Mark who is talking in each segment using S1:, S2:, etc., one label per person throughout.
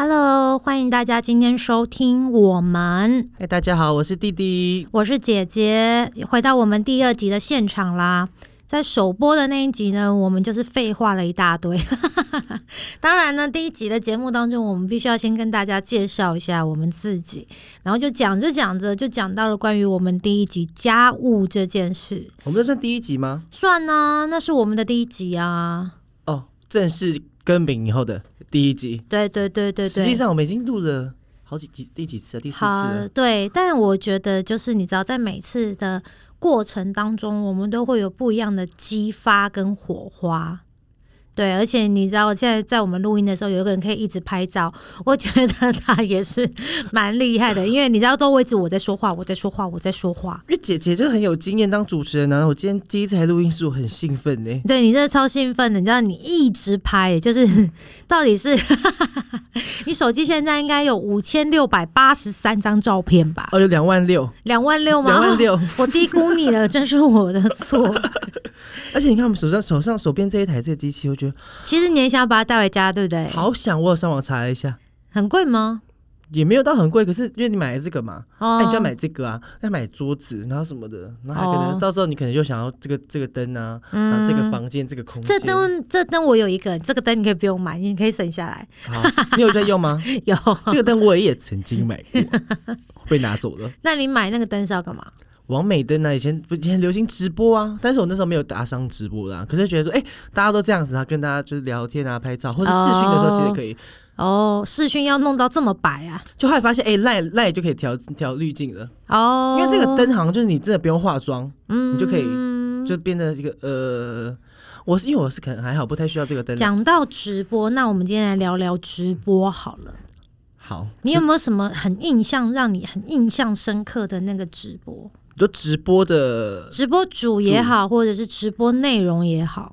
S1: Hello，欢迎大家今天收听我们，
S2: 嗨，哎大家好，我是弟弟。
S1: 我是姐姐，回到我们第二集的现场啦。在首播的那一集呢，我们就是废话了一大堆。 当然呢，第一集的节目当中，我们必须要先跟大家介绍一下我们自己，然后就讲着讲着就讲到了关于我们第一集家务这件事。
S2: 我们这算第一集吗？
S1: 算啊，那是我们的第一集啊。
S2: 哦，正式更名以后的第一集。
S1: 对对对对对，
S2: 实际上我们已经录了好几集，第几次啊？第四次
S1: 好，
S2: 了。
S1: 对，但我觉得就是你知道，在每次的过程当中，我们都会有不一样的激发跟火花。对，而且你知道，现在在我们录音的时候，有一个人可以一直拍照，我觉得他也是 蛮厉害的，因为你知道，都为止我在说话，我在说话，我在说话。
S2: 因为姐姐就很有经验当主持人、啊，然后我今天第一次来录音室，我很兴奋呢、
S1: 对你真的超兴奋的，你知道你一直拍，就是 到底是你手机现在应该有五千六百八十三张照片吧？
S2: 哦，有两万六，
S1: 两万六吗？
S2: 两万六。
S1: 我低估你了，真是我的 错。
S2: 而且你看我们手上手上手边这一台这个机器，我觉得
S1: 其实你也想要把它带回家，对不对？
S2: 好想。我有上网查了一下，
S1: 很贵吗？
S2: 也没有到很贵，可是因为你买了这个嘛，那、
S1: 哦
S2: 你就要买这个啊，要买桌子，然后什么的，然后还可能、
S1: 哦
S2: 到时候你可能就想要这个这个灯啊，然后这个房间、这个空间。
S1: 嗯这灯，这灯我有一个，这个灯你可以不用买，你可以省下来。
S2: 好，啊你有在用吗？
S1: 有，
S2: 这个灯我也曾经买 过，被拿走了。
S1: 那你买那个灯是要干嘛？
S2: 王美灯呢、以前不以前流行直播啊，但是我那时候没有打赏直播啦。可是觉得说，哎、大家都这样子啊，跟大家就是聊天啊、拍照，或者视讯的时候其实可以。
S1: 哦，视讯要弄到这么白啊？
S2: 就后来发现，哎、赖赖就可以调调滤镜了，
S1: 哦，
S2: 因为这个灯好像就是你真的不用化妆，
S1: 嗯，
S2: 你就可以就变得一个呃，我是因为我是可能还好，不太需要这个灯。
S1: 讲到直播，那我们今天来聊聊直播好了。
S2: 好，
S1: 你有没有什么很印象让你很印象深刻的那个直播？
S2: 就直播的
S1: 直播主也好，或者是直播内容也好，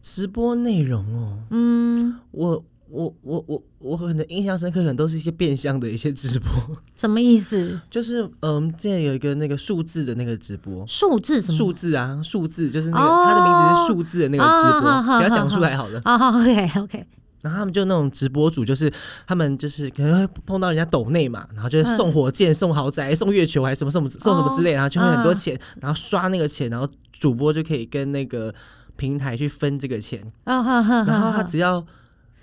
S2: 直播内容哦，
S1: 嗯，
S2: 我我我我我可能印象深刻，可能都是一些变相的一些直播，
S1: 什么意思？
S2: 就是嗯，之前有一个那个数字的那个直播，
S1: 数字什么？
S2: 数字啊，数字就是那个、
S1: 哦
S2: 他的名字是数字的那个直播，
S1: 啊哈哈
S2: 不要讲出来好了。
S1: 哦、o k OK，
S2: 然后他们就那种直播主，就是他们就是可能会碰到人家抖内嘛，然后
S1: 嗯
S2: 就是送火箭、送豪宅、送月球，还是什么什么送什
S1: 哦
S2: 么之类，然后就会很
S1: 嗯
S2: 多钱，然后刷那个钱，然后主播就可以跟那个平台去分这个钱，
S1: 啊哈哈
S2: 然后
S1: 哈
S2: 他
S1: 哈
S2: 只要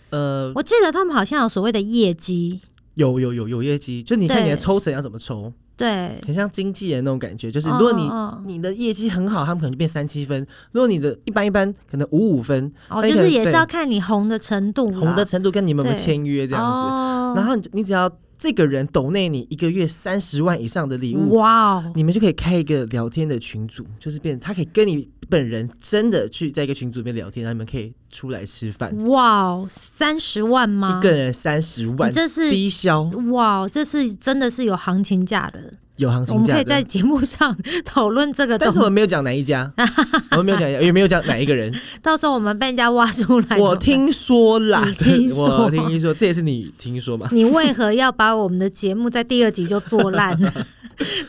S2: 呃
S1: 我记得他们好像有所谓的业绩，
S2: 有有有有业绩，就你看你的
S1: 对
S2: 抽成要怎么抽，
S1: 对，
S2: 很像经纪人那种感觉。就是如果你、
S1: 哦
S2: 你的业绩很好，他们可能就变三七分；如果你的一般一般，可能五五分，
S1: 哦，
S2: 那
S1: 就
S2: 个
S1: 是也是
S2: 哎对
S1: 要看你红的程度啦，
S2: 红的程度跟你们有没有
S1: 嗯啊对
S2: 签约这样子。
S1: 哦、
S2: 然后你就你只要这个人抖内你一个月三十万以上的礼物。
S1: 哇哦，
S2: 你们就可以开一个聊天的群组，就是变他可以跟你本人真的去在一个群组里面聊天，然后你们可以出来吃饭，
S1: 哇哦，三十万吗？
S2: 一个人三十万
S1: 嗯你，这是。
S2: 低消
S1: 哇，哦这是真的是有行情价的，
S2: 有行
S1: 我
S2: 情
S1: 们可
S2: 价
S1: 以在
S2: 的。
S1: 节目上 讨论这个东
S2: 但
S1: 西。
S2: 是我们没有讲哪一家，我们没有讲，也没有讲哪一 个人，
S1: 到时候我们被人家挖出来，
S2: 我听说啦，
S1: 你听说
S2: 我听说，这也是你听说 嘛？
S1: 你为何要把我们的节目在第二集就做 烂了，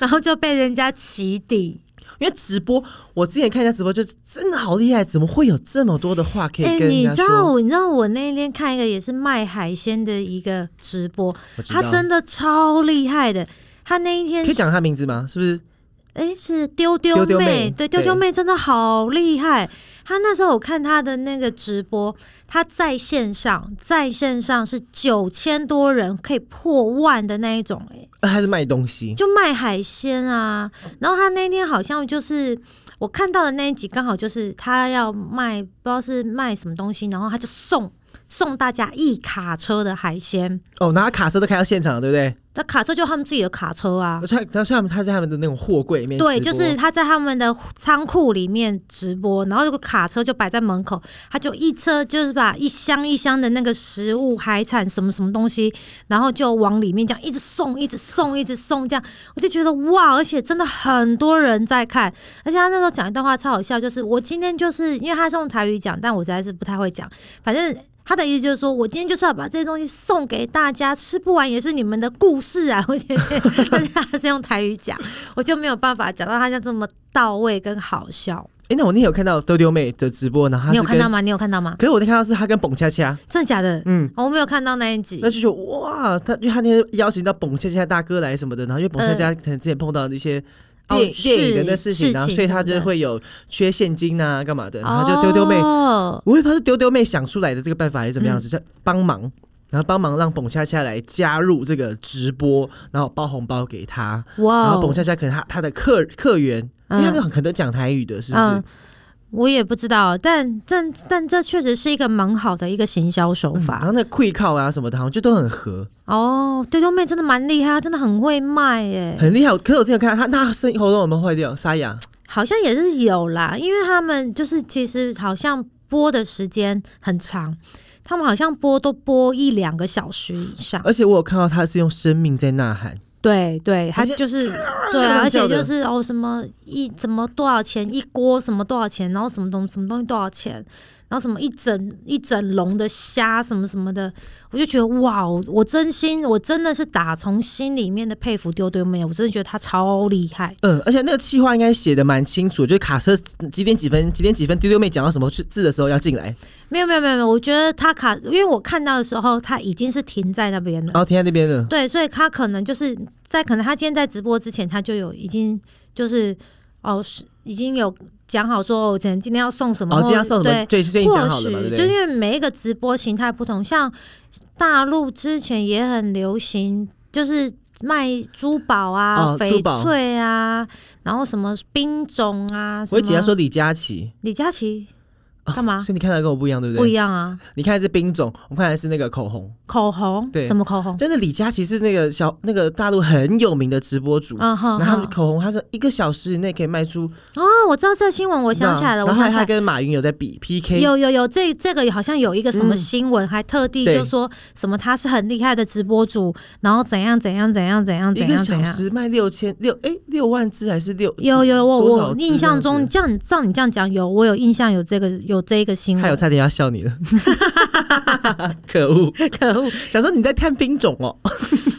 S1: 然后就被人家起底？
S2: 因为直播，我之前看人家直播，就真的好厉害，怎么会有这么多的话可以跟
S1: 哎你
S2: 人家
S1: 知道
S2: 说？
S1: 我，你知道我那天看一个也是卖海鲜的一个直播，
S2: 我知
S1: 他
S2: 道，
S1: 真的超厉害的。他那一天
S2: 可以讲他名字吗？是不是？
S1: 哎、是丢丢
S2: 丢丢妹
S1: 对，丢丢
S2: 对
S1: 妹真的好厉害。她那时候我看她的那个直播，她在线上，在线上是九千多人，可以破万的那一种、哎，
S2: 呃他是卖东西，
S1: 就卖海鲜啊。然后他那天好像就是我看到的那一集，刚好就是他要卖，不知道是卖什么东西，然后他就送送大家一卡车的海鲜。
S2: 哦，拿卡车都开到现场了，对不对？
S1: 那卡车就他们自己的卡车啊
S2: 而，且他他他们他在他们的那种货柜里面直播，
S1: 对，就是他在他们的仓库里面直播，然后有个卡车就摆在门口，他就一车就是把一箱一箱的那个食物、海产什么什么东西，然后就往里面这样一直送、一直送、一直送这样，我就觉得哇，而且真的很多人在看，而且他那时候讲一段话超好笑，就是我今天就是因为他是用台语讲，但我实在是不太会讲，反正。他的意思就是说，我今天就是要把这些东西送给大家，吃不完也是你们的故事啊！我觉得， 但是他是用台语讲，我就没有办法讲到他家这么到位跟好笑。
S2: 哎，那我那天有看到丢丢妹的直播，然后她
S1: 你有
S2: 是
S1: 看
S2: 跟，
S1: 到吗？你有看到吗？
S2: 可是我那天看到是她跟蹦恰恰，
S1: 真的假的？
S2: 嗯。
S1: 哦我没有看到那一集
S2: 那。就觉得哇，他因为他那天邀请到蹦恰恰大哥来什么的，然后因为蹦恰恰可能之前碰到一些
S1: 哦
S2: 嗯电、电影的那
S1: 是
S2: 事情，然后
S1: 事
S2: 所以
S1: 情
S2: 他就
S1: 对
S2: 会有缺现金呐、干嘛的，然后就丢丢妹，
S1: 哦
S2: 我也不知道是丢丢妹想出来的这个办法还是怎么样子，就帮忙，然后帮忙让蹦恰恰来加入这个直播，然后包红包给他，
S1: 哇
S2: 然后蹦
S1: 哦，
S2: 恰恰可能他他的客客源，因为他们很能讲台语的，是不是？
S1: 嗯我也不知道，但但但这确实是一个蛮好的一个行销手
S2: 嗯然
S1: 法
S2: 后那个 quick call 啊什么的，好像就都很合，
S1: 哦。丢丢妹真的蛮厉害，她真的很会卖耶，
S2: 很厉害。可是我之前有看到他，那声音喉咙有没有坏掉？沙哑？
S1: 好像也是有啦，因为他们就是其实好像播的时间很长，他们好像播都播一两个小时以上。
S2: 而且我有看到他是用生命在呐喊，
S1: 对对，他
S2: 而且
S1: 就是对啊，
S2: 乱
S1: 而且
S2: 叫的
S1: 就是哦，什么一怎么多少钱一锅，什么多少钱，然后什么东什么东西多少钱，然后什么一整一整笼的虾什么什么的，我就觉得哇，哦我真心我真的是打从心里面的佩服丢丢妹，我真的觉得她超厉害。
S2: 嗯，而且那个气话应该写的蛮清楚，就是卡车几点几分，几点几分，丢丢妹讲到什么字的时候要进来，
S1: 没有没有没有没有，我觉得她卡，因为我看到的时候她已经是停在那边了
S2: 然，后停在那边了。
S1: 对，所以他可能就是在可能他今天在直播之前，他就有已经就是哦，是已经有讲好说，我今天今天要送什么，
S2: 哦，今天要
S1: 或
S2: 送什么？
S1: 对，
S2: 对，是最近讲
S1: 或
S2: 好了嘛，对
S1: 许
S2: 不
S1: 就因
S2: 对？
S1: 为每一个直播形态不同，像大陆之前也很流行，就是。卖珠宝啊，
S2: 哦珠
S1: 翡
S2: 宝
S1: 翠啊，然后什么冰种啊，什
S2: 我姐
S1: 么
S2: 她说李佳琦，
S1: 李佳琦干嘛
S2: 所以你看到跟我不一样，对不
S1: 不一
S2: 对？
S1: 样啊？
S2: 你看的是冰种，我看的是那个口红。
S1: 口红
S2: 对
S1: 什么口红？
S2: 真的，李佳琦是那个小那个大陆很有名的直播主，
S1: 嗯哼，
S2: 然后他们
S1: 哼
S2: 口红，他是一个小时以内可以卖出。
S1: 哦，我知道这个新闻，我想起来了，我
S2: 然后
S1: 想
S2: 还
S1: 起来
S2: 还跟马云有在比 PK，
S1: 有有有，这这个好像有一个什么
S2: 嗯
S1: 新闻，还特地
S2: 对
S1: 就说什么他是很厉害的直播主，然后怎样怎样怎样怎样
S2: 一
S1: 怎
S2: 个
S1: 样怎
S2: 小
S1: 样。
S2: 时卖六千六，哎，六万只还是六？
S1: 有有我
S2: 多少
S1: 我
S2: 只
S1: 印象
S2: 这
S1: 中，
S2: 样
S1: 这样照你这样讲，有我有印象有这个有这一个新
S2: 还有
S1: 闻，
S2: 差点要笑你了， 可恶！
S1: 可恶！
S2: 想说你在看兵种哦。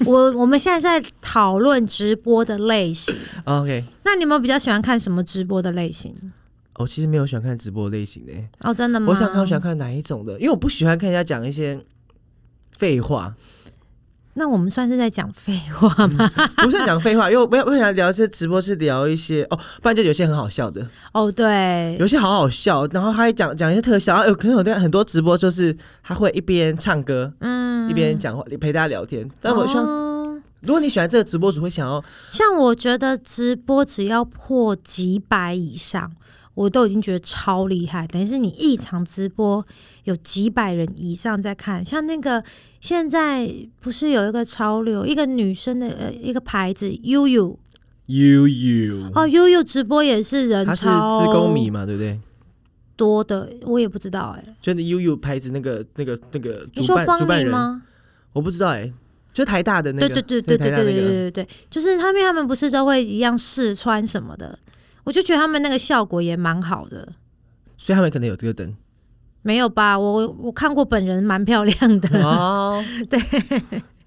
S1: 我我们现在在讨论直播的类型，
S2: 哦 OK，
S1: 那你们比较喜欢看什么直播的类型？
S2: 我哦其实没有喜欢看直播类型的，欸
S1: 哦，真的吗？
S2: 我想看我喜欢看哪一种的，因为我不喜欢看人家讲一些废话。
S1: 那我们算是在讲废话吗？
S2: 不是在讲废话，因为我要我想聊一些直播是聊一些哦，不然就有些很好笑的，
S1: 哦，对，
S2: 有些好好笑，然后他还讲讲一些特效，哎、有可能有在很多直播就是他会一边唱歌。
S1: 嗯
S2: 一边讲话陪大家聊天，但我希望，
S1: 哦
S2: 如果你喜欢这个直播主，会想要
S1: 像我觉得直播只要破几百以上，我都已经觉得超厉害。等于是你一场直播有几百人以上在看，像那个现在不是有一个潮流，一个女生的呃一个牌子悠悠
S2: you you，
S1: 哦，悠悠直播也是人
S2: 他嗯是
S1: 超
S2: 自工迷嘛，对不对？
S1: 多的，我也不知道哎、
S2: 就是 U U 牌子那个那个那个
S1: 你
S2: 主
S1: 说
S2: 办
S1: 邦
S2: 主办
S1: 尼
S2: 人，
S1: 吗？
S2: 我不知道哎、就台大的那
S1: 对对
S2: 个，
S1: 对对对
S2: 台
S1: 对
S2: 大
S1: 对
S2: 那
S1: 对
S2: 个，
S1: 对对，就是他们他们不是都会一样试穿什么的，我就觉得他们那个效果也蛮好的。
S2: 所以他们可能有这个 灯
S1: 没有吧？我我看过本人，蛮漂亮的。
S2: 哦，
S1: 对，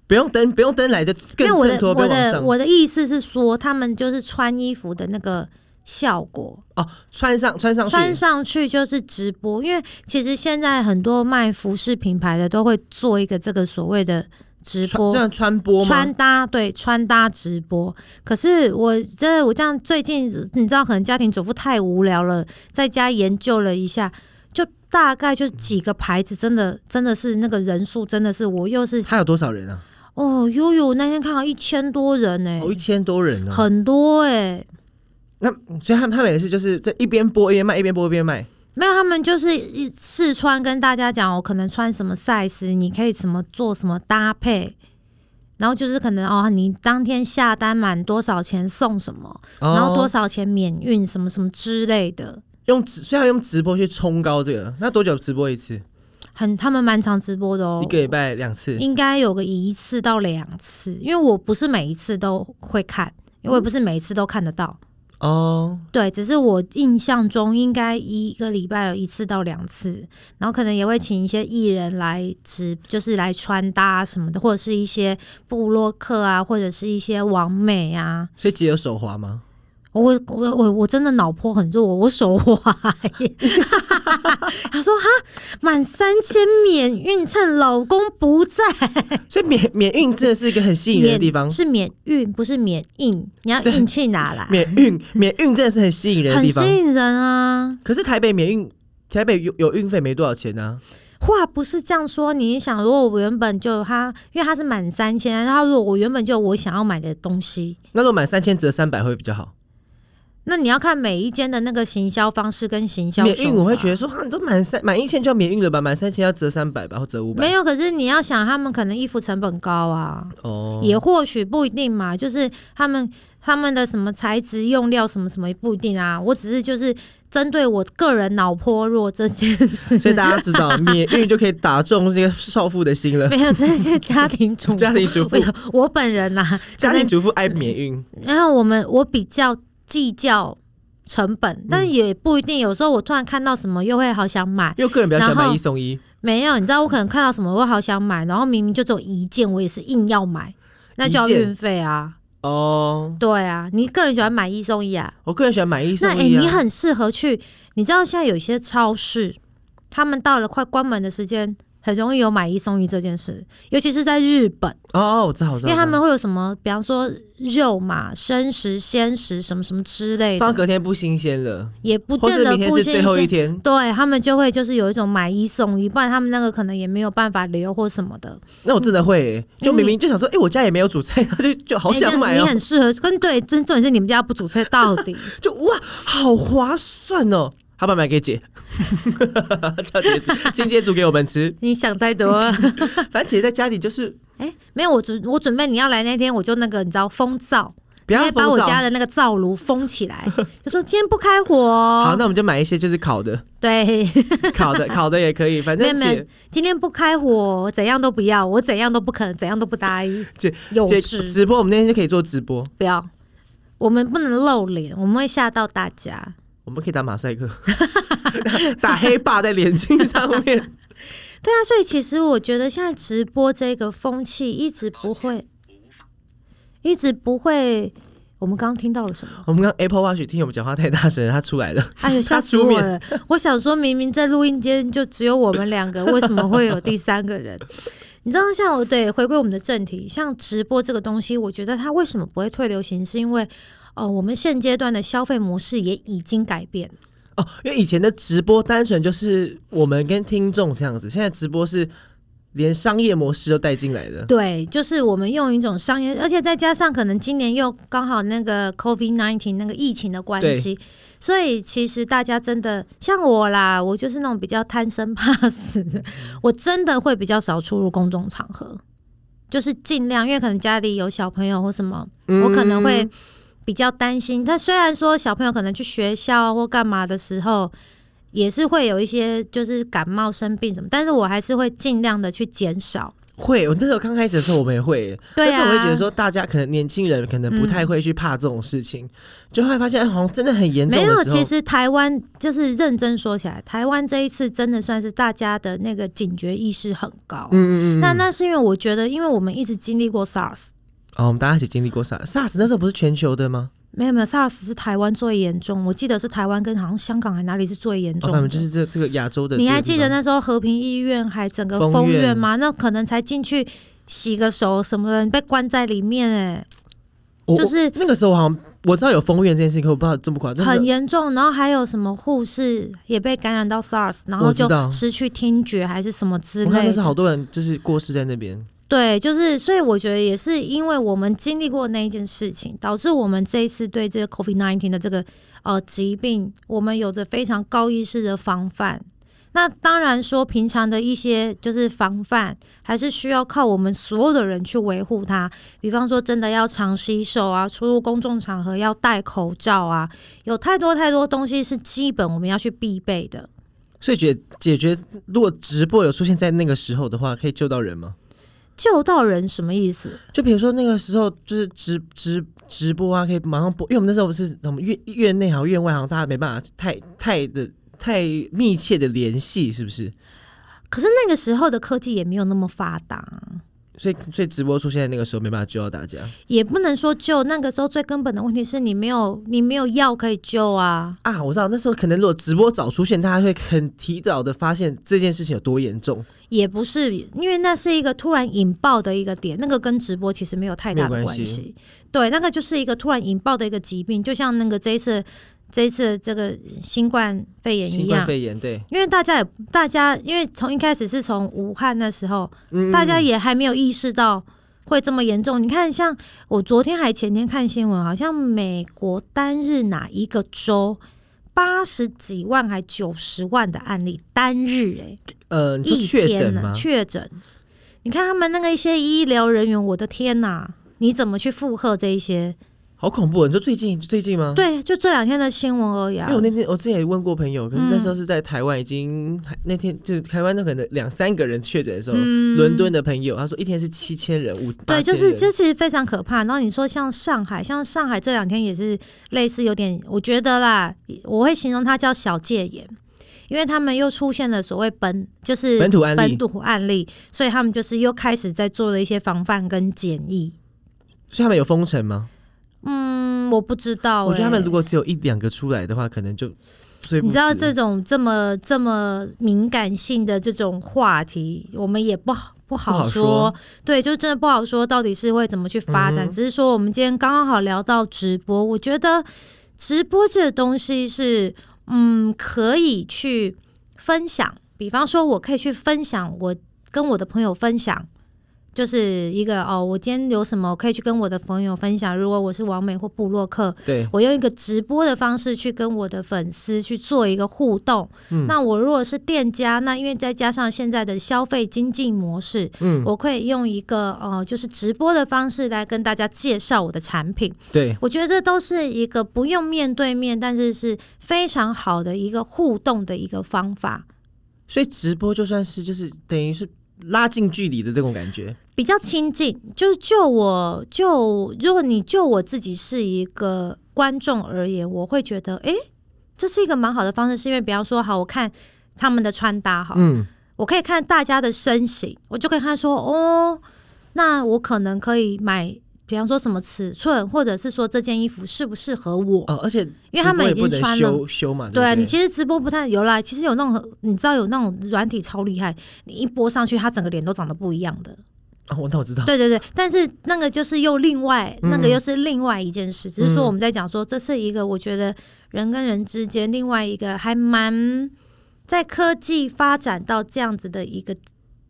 S2: 不用灯，不用灯来就 更
S1: 因为我
S2: 衬托，
S1: 的
S2: 不
S1: 我
S2: 用往
S1: 的
S2: 上
S1: 我的意思是说，他们就是穿衣服的那个效果，
S2: 哦，穿上穿上去，
S1: 穿上去就是直播。因为其实现在很多卖服饰品牌的都会做一个这个所谓的直
S2: 穿
S1: 播
S2: 这。样穿播吗
S1: 穿？搭对穿搭直播，可是我这我这样最近你知道，可能家庭主妇太无聊了，在家研究了一下，就大概就几个牌子，真的真的是那个人数真的是我又是
S2: 他有多少人啊？
S1: 哦，悠悠那天看到一千多人呢、
S2: 哦，一千多人哦。
S1: 很多哎、
S2: 那所以他们他们也是就是这一边播一边卖，一边播一边卖。
S1: 没有，他们就是一试穿，跟大家讲，我哦可能穿什么 size，你可以怎么做什么搭配，然后就是可能哦，你当天下单满多少钱送什么，
S2: 哦
S1: 然后多少钱免运什么什么之类的，
S2: 用直，所以他用直播去冲高这个。那多久直播一次？
S1: 很他们蛮常直播的哦
S2: 一，个礼拜两次。
S1: 应该有个一次到两次，因为我不是每一次都会看，因为我也不是每一次都看得到。
S2: 哦，
S1: 对，只是我印象中应该一个礼拜有一次到两次，然后可能也会请一些艺人来直，就是来穿搭什么的，或者是一些布洛克啊，或者是一些网美啊。
S2: 所以姐有手滑吗？
S1: 我我我我真的脑波很弱，我手滑 耶。他说哈，满三千免运趁老公不在，
S2: 所以免免运真的是一个很吸引人的地方
S1: 免。是免运不是免运，你要运气哪来？
S2: 免运免运真的是很吸引人的
S1: 很
S2: 地
S1: 吸
S2: 方。
S1: 引人啊！
S2: 可是台北免运，台北有有运费没多少钱啊呢、
S1: 话不是这样说，你想，如果我原本就他，因为他是满三千，然后如果我原本就有我想要买的东西，
S2: 那如果满三千折三百会比较好。
S1: 那你要看每一间的那个行销方式跟行销
S2: 免运我会觉
S1: 得
S2: 得说，啊，你都满三满一千就要免运了吧？满三千要折三百吧，或折五百。
S1: 没有，可是你要想，他们可能衣服成本高啊，
S2: 哦，
S1: 也或许不一定嘛，就是他们他们的什么材质、用料什么什么也不一定啊。我只是就是针对我个人脑波弱这件事，
S2: 所以大家知 道免运就可以打中这个少妇的心了。
S1: 没有这些家庭 主
S2: 家庭主妇
S1: 没，有 我本人呐、啊，
S2: 家庭主妇爱免运，
S1: 然后我们我比较计较成本，
S2: 嗯
S1: 但也不一定。有时候我突然看到什么，又会好想买。
S2: 因为我个人比较喜欢
S1: 然
S2: 买
S1: 后
S2: 一送一。
S1: 没有，你知道我可能看到什么，我会好想买，然后明明就只有一件，我也是硬要买，那就要
S2: 一件
S1: 运费啊。
S2: 哦，
S1: 对啊，你个人喜欢买一送一啊？
S2: 我个人喜欢买一送
S1: 那诶，
S2: 一
S1: 你
S2: 啊。
S1: 很适合去，你知道现在有一些超市，他们到了快关门的时间，很容易有买一送一这件事，尤其是在日本，
S2: 哦，我知道，我知
S1: 因
S2: 道。
S1: 为他
S2: 我
S1: 们会有什么，比方说肉嘛、生食、鲜食什么什么之类
S2: 知道放
S1: 的，
S2: 到隔天不新鲜了，
S1: 也不
S2: 或
S1: 见
S2: 是
S1: 得
S2: 明天
S1: 不
S2: 是
S1: 新
S2: 最后一
S1: 鲜。
S2: 天，
S1: 对他们就会就是有一种买一送一，不然他们那个可能也没有办法留或什么的。
S2: 那我真的会欸、就明明就想说，哎、我家也没有煮菜， 就就好
S1: 嗯哎诶这
S2: 想
S1: 样
S2: 买
S1: 你
S2: 哦、
S1: 很适合，跟对，真重点是你们家不煮菜到 底。
S2: 就哇，好划算哦、好吧，买给姐， 叫姐煮， 请姐煮给我们吃。
S1: 你想太多了。
S2: 反正姐在家里就是
S1: 哎、没有，我准我准备你要来那天，我就那个你知道风噪，
S2: 不要
S1: 直接哎把
S2: 封
S1: 我
S2: 灶
S1: 家的那个灶炉封起 来，就说今天不开火
S2: 好，
S1: 哦。
S2: 那我们就买一些就是烤的，
S1: 对，
S2: 烤的烤的也可以。反
S1: 妹
S2: 正姐
S1: 妹今天不开火，怎样都不要，我怎样都不肯，怎样都不答应。
S2: 姐
S1: 幼
S2: 姐
S1: 稚，
S2: 直播，我们那天就可以做直播，
S1: 不要，我们不能露脸，我们会吓到大家。
S2: 我们可以打马赛克， 打黑霸在眼睛 上面。
S1: 对啊，所以其实我觉得现在直播这个风气一直不会，一直不会。我们刚刚听到了什么？
S2: 我们刚 Apple Watch 听我们讲话太大声了，它出来了。
S1: 哎呦，吓死
S2: 出
S1: 我
S2: 面
S1: 了！我想说，明明在录音间就只有我们两个，为什么会有第三个人？ 你知道，像我对回归我们的正题，像直播这个东西，我觉得它为什么不会退流行，是因为哦、呃我们现阶段的消费模式也已经改变了。
S2: 哦，因为以前的直播单纯就是我们跟听众这样子，现在直播是连商业模式都带进来的。
S1: 对，就是我们用一种商业，而且再加上可能今年又刚好那个 COVID nineteen 那个疫情的关系，所以其实大家真的像我啦，我就是那种比较贪生怕死的，
S2: 嗯
S1: 我真的会比较少出入公众场合，就是尽量，因为可能家里有小朋友或什么，我可能会
S2: 嗯
S1: 比较担心。但虽然说小朋友可能去学校或干嘛的时候。也是会有一些就是感冒生病什么，但是我还是会尽量的去减少。
S2: 会，我那时候刚开始的时候我们也会，
S1: 对
S2: 但
S1: 啊，
S2: 是我会觉得说，大家可能年轻人可能不太会去怕这种事情，就会发现哎好像真的很严重
S1: 嗯没有，
S2: 的时候
S1: 其，实台湾就是认真说起来，台湾这一次真的算是大家的那个警觉意识很高。
S2: 嗯嗯嗯，
S1: 那那是因为我觉得，因为我们一直经历过 SARS，
S2: 哦，我们大家一起经历过 SARS，SARS 那时候不是全球的吗？
S1: 没有没有 SARS 是台湾最严重，我记得是台湾跟好像香港还哪里是最严
S2: 哦，
S1: 重
S2: 他
S1: 的。
S2: 们就是这这个亚洲的这个
S1: 你
S2: 地方，
S1: 还记得那时候和平医院还整个
S2: 封
S1: 封
S2: 院
S1: 院吗？那可能才进去洗个手什么的，你被关在里面哎、
S2: 我？
S1: 就
S2: 我
S1: 是
S2: 那个时候好像我知道有封院这件事情，可我不知道这么夸张。
S1: 很严重，然后还有什么护士也被感染到 SARS，然后
S2: 我知
S1: 就
S2: 道
S1: 失去听觉还是什么之
S2: 我
S1: 类
S2: 看那
S1: 的
S2: 时候好多人就是过世在那边，
S1: 对，就是，所以我觉得也是因为我们经历过那一件事情，导致我们这一次对这个 COVID nineteen 的这个呃疾病，我们有着非常高意识的防范。那当然说，平常的一些就是防范，还是需要靠我们所有的人去维护它。比方说，真的要常洗手啊，出入公众场合要戴口罩啊，有太多太多东西是基本我们要去必备的。
S2: 所以解解决如果直播有出现在那个时候的话，可以救到人吗？
S1: 救到人什么意思？
S2: 就比如说那个时候就是直直直播啊，可以马上播，因为我们那时候不是我们院院内好像院外好像大家没办法太太的太密切的联系，是不是？
S1: 可是那个时候的科技也没有那么发达啊、
S2: 所以所以直播出现在那个时候没办法救到大家
S1: 也不能说救。那个时候最根本的问题是你没有你没有药可以救啊。
S2: 啊！我知道那时候可能如果直播早出现，大家会很提早的发现这件事情有多严重，
S1: 也不是，因为那是一个突然引爆的一个点，那个跟直播其实没有太大的
S2: 没有关系
S1: 关系。对，那个就是一个突然引爆的一个疾病，就像那个这一次这一次这个新冠肺炎一
S2: 新
S1: 样
S2: 冠。肺炎对，
S1: 因为大家也大家因为从一开始是从武汉那时候，
S2: 嗯
S1: 大家也还没有意识到会这么严重。你看，像我昨天还前天看新闻，好像美国单日哪一个州八十几万还九十万的案例，单日哎、
S2: 呃，你说
S1: 一
S2: 确诊
S1: 天呢
S2: 吗？
S1: 确诊。你看他们那个一些医疗人员，我的天哪、你怎么去负荷这一些？
S2: 好恐怖！你说最近最近吗？。
S1: 对，就这两天的新闻而已、啊
S2: 因为。我那天我之前也问过朋友，可是那时
S1: 嗯
S2: 候是在台湾，已经、那天就台湾那可能两三个人确诊的时候，伦、敦的朋友他说一天是七千人，五
S1: 嗯对，就
S2: 8000人
S1: 是这其实非常可怕。然后你说像上海，像上海这两天也是类似有点，我觉得啦，我会形容它叫小戒严，因为他们又出现了所谓本就是
S2: 本土案
S1: 本
S2: 例，
S1: 土案例，所以他们就是又开始在做了一些防范跟检疫。
S2: 所以他们有封城吗？
S1: 嗯，我不知道、欸，
S2: 我觉得他们如果只有一两个出来的话，可能就所以
S1: 你知道这种这么这么敏感性的这种话题，我们也不好不好
S2: 不好说
S1: 对，就真的不好说到底是会怎么去发展。
S2: 嗯哼
S1: 只是说我们今天刚刚好聊到直播，我觉得直播这个东西是嗯可以去分享，比方说我可以去分享我跟我的朋友分享。就是一个哦，我今天有什么可以去跟我的朋友分享。如果我是王美或布洛克，
S2: 对
S1: 我用一个直播的方式去跟我的粉丝去做一个互动。
S2: 嗯
S1: 那我如果是店家，那因为再加上现在的消费经济模式，
S2: 嗯
S1: 我可以用一个呃，就是直播的方式来跟大家介绍我的产品。
S2: 对
S1: 我觉得这都是一个不用面对面，但是是非常好的一个互动的一个方法。
S2: 所以直播就算是就是等于是拉近距离的这种感觉，
S1: 比较亲近，就是就我就如果你就我自己是一个观众而言，我会觉得，诶，这是一个蛮好的方式，是因为比方说，好，我看他们的穿搭，好，
S2: 嗯，
S1: 我可以看大家的身形，我就可以看说，哦，那我可能可以买，比方说什么尺寸，或者是说这件衣服适不适合我，
S2: 哦，而且
S1: 因为他们
S2: 直播也不
S1: 已经
S2: 能
S1: 穿了
S2: 修修嘛，
S1: 对啊，
S2: 对不
S1: 你其实直播不太有啦，其实有那种你知道有那种软体超厉害，你一播上去，它整个脸都长得不一样的。
S2: 哦，那我知道，
S1: 对对对，但是那个就是又另外，
S2: 嗯
S1: 那个又是另外一件事，只是说
S2: 嗯
S1: 我们在讲说，这是一个我觉得人跟人之间另外一个还蛮在科技发展到这样子的一个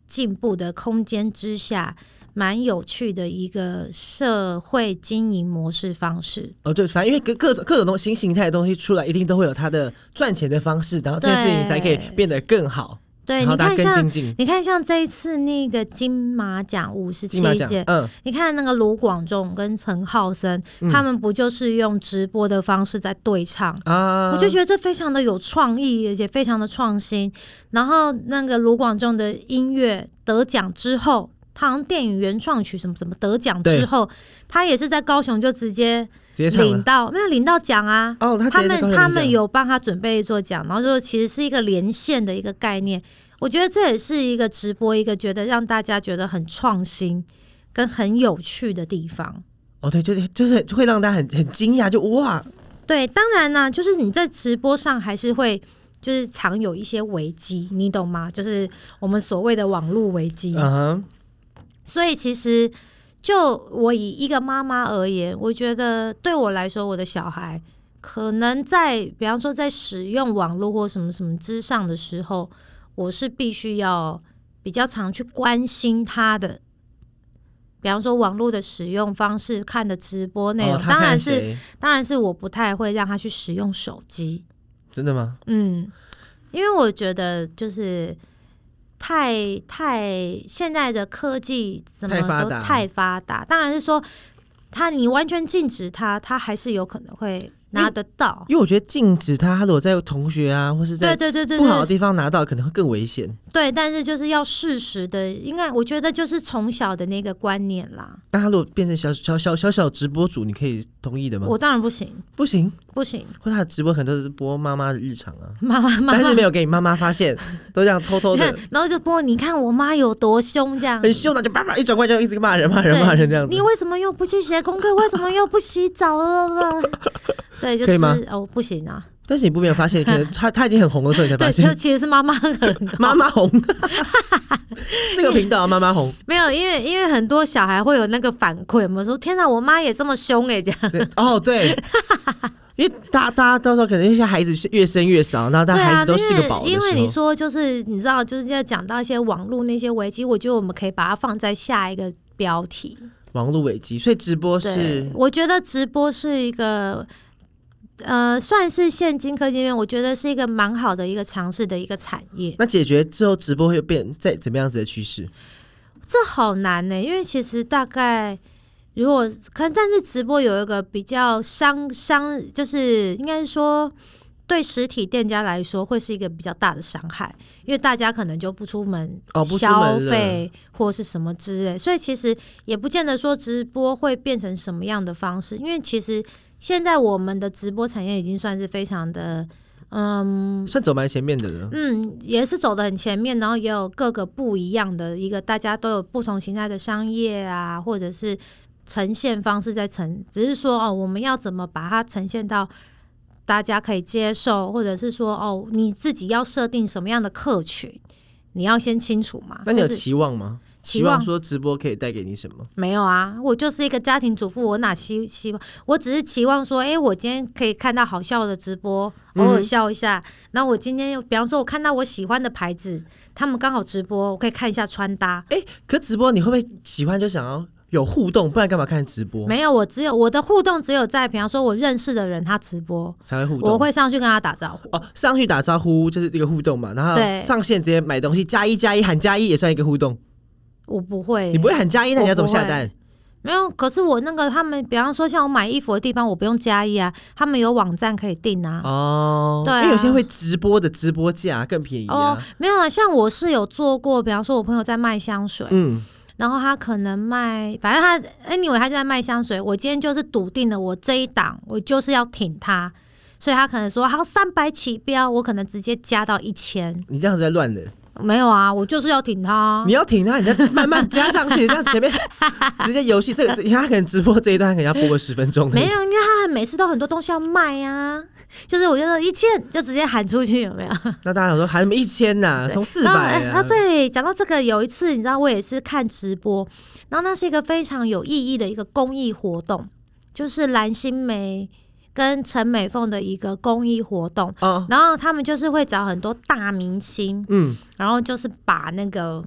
S1: 进步的空间之下，蛮有趣的一个社会经营模式方式。
S2: 哦，对，反正因为各各种各种东西新形态的东西出来，一定都会有它的赚钱的方式，然后这件事情才可以
S1: 对
S2: 变得更好，
S1: 对，
S2: 然
S1: 你
S2: 后大
S1: 看
S2: 家更
S1: 像
S2: 精进。
S1: 你看像这一次那个金马奖五十七
S2: 金马奖
S1: 届，，
S2: 嗯，
S1: 你看那个卢广仲跟陈浩森，
S2: 嗯
S1: 他们不就是用直播的方式在对唱？
S2: 啊，
S1: 我就觉得这非常的有创意，而且非常的创新。然后那个卢广仲的音乐得奖之后，他好像电影原创曲什么什么得奖之后，他也是在高雄就直接
S2: 直接唱
S1: 领
S2: 了。
S1: 到，没有领到奖啊。
S2: 哦，他
S1: 他
S2: 直接在高
S1: 们
S2: 雄
S1: 他
S2: 领
S1: 们
S2: 奖
S1: 有帮他准备做奖，然后就其实是一个连线的一个概念。我觉得这也是一个直播，一个觉得让大家觉得很创新跟很有趣的地方。
S2: 哦，对，就是就是会让大家很很惊讶，就哇，
S1: 对，当然啦，就是你在直播上还是会。就是常有一些危机，你懂吗？就是我们所谓的网络危机。
S2: 嗯哼，
S1: 所以其实就我以一个妈妈而言，我觉得对我来说，我的小孩可能在比方说在使用网络或什么什么之上的时候，我是必须要比较常去关心他的。比方说网络的使用方式，看的直播内容，
S2: 哦他
S1: 当然
S2: 看
S1: 是
S2: 谁
S1: 当然是我不太会让他去使用手机，
S2: 真的吗？
S1: 嗯，因为我觉得就是太太现在的科技怎么
S2: 太发
S1: 都
S2: 达
S1: 太发达，当然是说他你完全禁止他，他还是有可能会拿得到。
S2: 因为我觉得禁止他，他如果在同学啊，或是
S1: 对
S2: 在
S1: 对对对
S2: 不好的
S1: 对
S2: 地方拿到，可能会更危险。
S1: 对，但是就是要适时的，应该我觉得就是从小的那个观念啦。
S2: 但他如果变成小小小小小直播主，你可以同意的吗？
S1: 我当然不行，
S2: 不行，
S1: 不行，
S2: 或者他的直播很多都是播妈妈的日常啊，
S1: 妈妈妈
S2: 但
S1: 妈
S2: 是没，有给你妈妈发现，都这样偷偷
S1: 你看
S2: 的，，
S1: 然后就播，你看我妈有多凶这样。
S2: 很凶的，就叭叭一转过来就一直骂人骂人
S1: 对
S2: 骂人这样子
S1: 你。为什么又不去写功课？为什么又不洗澡了？ 对，就
S2: 可以
S1: 吃
S2: 吗
S1: 哦，不行啊。
S2: 但是你不没有发现，可能他他已经很红的时候，你才
S1: 对，
S2: 发
S1: 就
S2: 现
S1: 其实是妈妈很 好
S2: 妈妈红，这个频道啊妈 妈红。
S1: 没有，因为因为很多小孩会有那个反馈嘛，说天哪，我妈也这么凶哎、这样。
S2: 对哦，对，因为大大家到时候可能一些孩子是越生越少，然后大
S1: 对
S2: 家孩
S1: 啊
S2: 子，都是个宝的
S1: 因为因为你
S2: 时候，
S1: 说就是你知道就是要讲到一些网络那些危机，我觉得我们可以把它放在下一个标题。
S2: 网络危机，所以直播
S1: 对
S2: 是，
S1: 我觉得直播是一个。呃，算是现今科技面，我觉得是一个蛮好的一个尝试的一个产业。
S2: 那解决之后直播会变在怎么样子的趋势？
S1: 这好难呢、因为其实大概如果看，但是直播有一个比较伤伤，就是应该说对实体店家来说会是一个比较大的伤害，因为大家可能就不出门
S2: 哦不出门
S1: 消
S2: 了
S1: 费或是什么之类，所以其实也不见得说直播会变成什么样的方式，因为其实现在我们的直播产业已经算是非常的。嗯，
S2: 算走蛮前面的了。
S1: 嗯，也是走的很前面，然后也有各个不一样的一个，大家都有不同形态的商业啊，或者是呈现方式在呈，只是说哦，我们要怎么把它呈现到大家可以接受，或者是说哦，你自己要设定什么样的客群，你要先清楚嘛。
S2: 那你有
S1: 就是
S2: 期望吗？
S1: 期
S2: 期望
S1: 望
S2: 说直播可以带给你什么？
S1: 没有啊，我就是一个家庭主妇，我哪希希望？我只是期望说，诶，哎我今天可以看到好笑的直播，偶尔笑一下。然后我今天又，比方说，我看到我喜欢的牌子，他们刚好直播，我可以看一下穿搭。
S2: 哎、可直播你会不会喜欢就想要有互动，不然干嘛看直播？
S1: 没有，我只有我的互动只有在，比方说，我认识的人他直播，
S2: 才会互动。
S1: 我会上去跟他打招呼。
S2: 哦，上去打招呼就是一个互动嘛，然后
S1: 对
S2: 上线直接买东西加一加一喊加一也算一个互动。
S1: 我不会，
S2: 你不会喊加一，那你要怎么下单？
S1: 没有。可是我那个他们，比方说像我买衣服的地方，我不用加一啊，他们有网站可以订啊。
S2: 哦，
S1: 对啊
S2: 因为有些会直播的直播价更便宜
S1: 哦
S2: 啊。，
S1: 没有啊，像我是有做过，比方说我朋友在卖香水，
S2: 嗯，
S1: 然后他可能卖，反正他 anyway 他就在卖香水。我今天就是笃定了，我这一档我就是要挺他，所以他可能说好三百起标，我可能直接加到一千。
S2: 你这样子在乱人，
S1: 没有啊，我就是要挺他
S2: 你。要停他，你再慢慢加上去，这样 前面直接游戏这个，你看他可能直播这一段，他可能要播个十分钟。
S1: 没有，因为他每次都很多东西要卖啊，就是我就说一千就直接喊出去，有没有？
S2: 那大家想说喊什么一千呐，从四
S1: 然后
S2: 百
S1: 哎
S2: 啊，
S1: 对，讲到这个，有一次你知道我也是看直播，然后那是一个非常有意义的一个公益活动，就是蓝心湄跟陈美凤的一个公益活动。
S2: 哦，
S1: 然后他们就是会找很多大明星，
S2: 嗯，
S1: 然后就是把那个，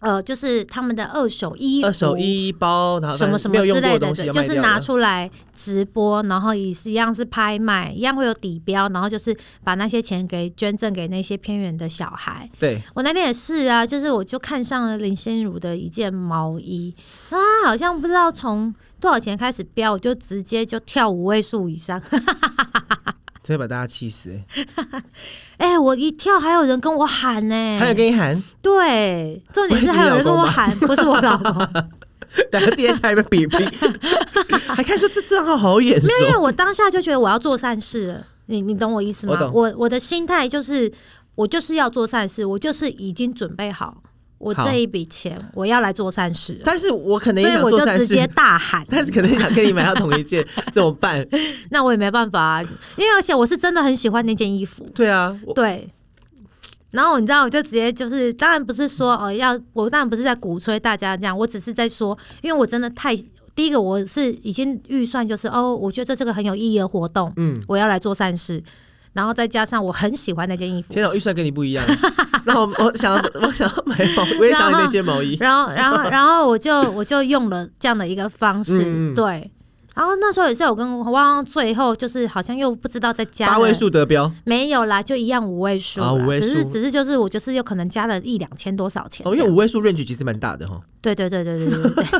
S1: 呃，就是他们的二手衣服、
S2: 二手衣包，然后
S1: 什么
S2: 反
S1: 什
S2: 正
S1: 么
S2: 没有
S1: 之
S2: 用过
S1: 类
S2: 的
S1: 的，
S2: 东西
S1: 对
S2: 要
S1: 就
S2: 卖
S1: 是
S2: 掉
S1: 拿
S2: 了，
S1: 出来直播，然后也是一样是拍卖，一样会有底标，然后就是把那些钱给捐赠给那些偏远的小孩。
S2: 对，
S1: 我那天也是啊，就是我就看上了林心如的一件毛衣，啊，好像不知道从多少钱开始标，我就直接就跳五位数以上。
S2: 直接把大家气死。欸
S1: 哎、我一跳还有人跟我喊呢、
S2: 还有跟你 喊，
S1: 对，重点
S2: 喂
S1: 是
S2: 是
S1: 还
S2: 你
S1: 有人
S2: 老
S1: 跟
S2: 公
S1: 我
S2: 吗
S1: 喊，不是 我老公，因
S2: 两个自己在家里面比拼， 还看说这账号好眼熟，
S1: 为我当下就觉得我要做善事了，你你懂我意思吗
S2: 我？懂
S1: 我我的心态就是，我就是要做善事，我就是已经准备好，我
S2: 好
S1: 这一笔钱我要来做善事了，
S2: 但是我可能
S1: 所
S2: 也
S1: 以
S2: 想
S1: 我
S2: 做
S1: 就
S2: 善
S1: 直接
S2: 事，
S1: 大喊。
S2: 但是可能也想跟你买到同 一件，怎么办？
S1: 那我也没办法、啊，因为而且我是真的很喜欢那件衣服，
S2: 对啊，我
S1: 对。然后你知道，我就直接就是，当然不是说哦要，我当然不是在鼓吹大家这样，我只是在说，因为我真的太第一个我是已经预算就是哦，我觉得这是个很有意义的活动，
S2: 嗯，
S1: 我要来做善事，然后再加上我很喜欢那件衣服，
S2: 天哪，我预算跟你 不一样。那我我想要我想要买毛，我也想要你 那件毛衣。
S1: 然后然后然后我就我就用了这样的一个方式，
S2: 嗯嗯
S1: 对，然后那时候也是有跟汪汪，最后就是好像又不知道在加了
S2: 八位数得标，
S1: 没有啦，就一样五位数啦、
S2: 啊五位
S1: 只是
S2: 数
S1: 只是就是我就是有可能加了一两千多少钱这
S2: 哦，因
S1: 样，
S2: 为五位数 range 其实蛮大的哈。
S1: 对对对对对对对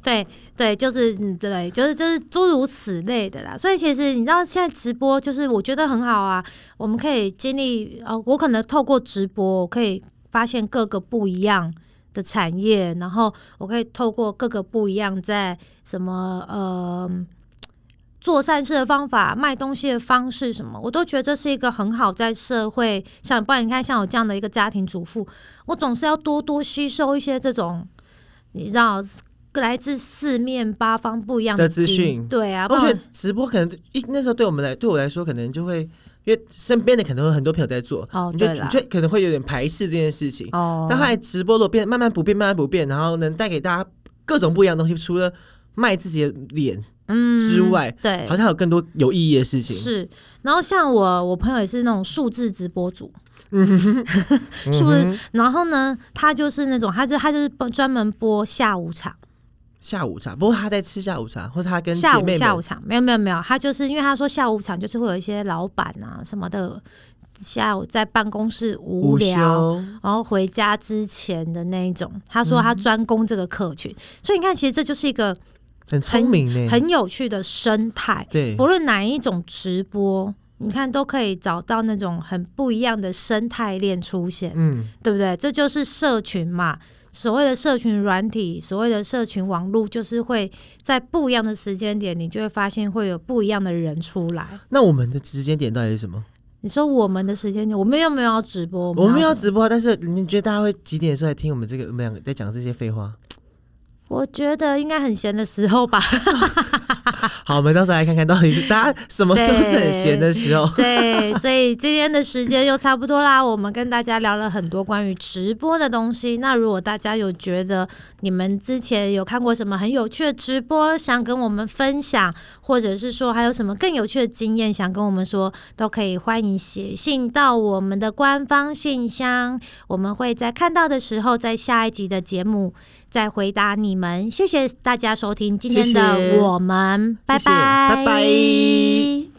S1: 对对，就是嗯对，就是就是诸如此类的啦。所以其实你知道，现在直播就是我觉得很好啊，我们可以经历呃，我可能透过直播，我可以发现各个不一样的产业，然后我可以透过各个不一样在什么呃。做善事的方法、卖东西的方式，什么呃我都觉得这是一个很好在社会像，不然你看像我这样的一个家庭主妇，我总是要多多吸收一些这种，你知道，来自四面八方不一样
S2: 的
S1: 资
S2: 资讯
S1: 对啊，不
S2: 而
S1: 然
S2: 且直播可能对一那时候对我们来对我来说，可能就会因为身边的可能有很多朋友在做，
S1: 哦
S2: 你就
S1: 对
S2: 你
S1: 啦
S2: 就可能会有点排斥这件事情。
S1: 哦，
S2: 但后来直播如果变慢慢不变，慢慢不变，然后能带给大家各种不一样的东西，除了卖自己的脸
S1: 嗯
S2: 之外，
S1: 对
S2: 好像还有更多有意义的事情。
S1: 是，然后像我，我朋友也是那种数字直播主，数
S2: 嗯
S1: 字，然后呢，他就是那种，他就他就是专门播下午场。
S2: 下午茶，不过他在吃下午茶，或者他跟姐
S1: 下午
S2: 妹
S1: 下
S2: 们
S1: 午场没有没有没有，他就是因为他说下午场就是会有一些老板啊什么的，下午在办公室无
S2: 午
S1: 聊，
S2: 休，
S1: 然后回家之前的那一种。他说
S2: 嗯
S1: 他专攻这个客群，所以你看，其实这就是一个
S2: 很聪明呢。
S1: 很有趣的生态。
S2: 对，
S1: 不论哪一种直播，你看都可以找到那种很不一样的生态链出现，
S2: 嗯，
S1: 对不对？这就是社群嘛。所谓的社群软体，所谓的社群网络，就是会在不一样的时间点，你就会发现会有不一样的人出来。
S2: 那我们的时间点到底是什么？
S1: 你说我们的时间点，我们又没有要直播，
S2: 我们要
S1: 什么，
S2: 直播，但是你觉得大家会几点的时候来听我们这个？我们两个在讲这些废话？
S1: 我觉得应该很闲的时候吧。
S2: 好，我们到时候来看看到底是大家什么时候是很闲的时候。
S1: 对，所以今天的时间又差不多啦。我们跟大家聊了很多关于直播的东西。那如果大家有觉得你们之前有看过什么很有趣的直播，想跟我们分享，或者是说还有什么更有趣的经验想跟我们说，都可以欢迎写信到我们的官方信箱，我们会在看到的时候，在下一集的节目再回答你们。谢谢大家收听今天
S2: 谢
S1: 的
S2: 谢
S1: 我们，
S2: 谢谢拜拜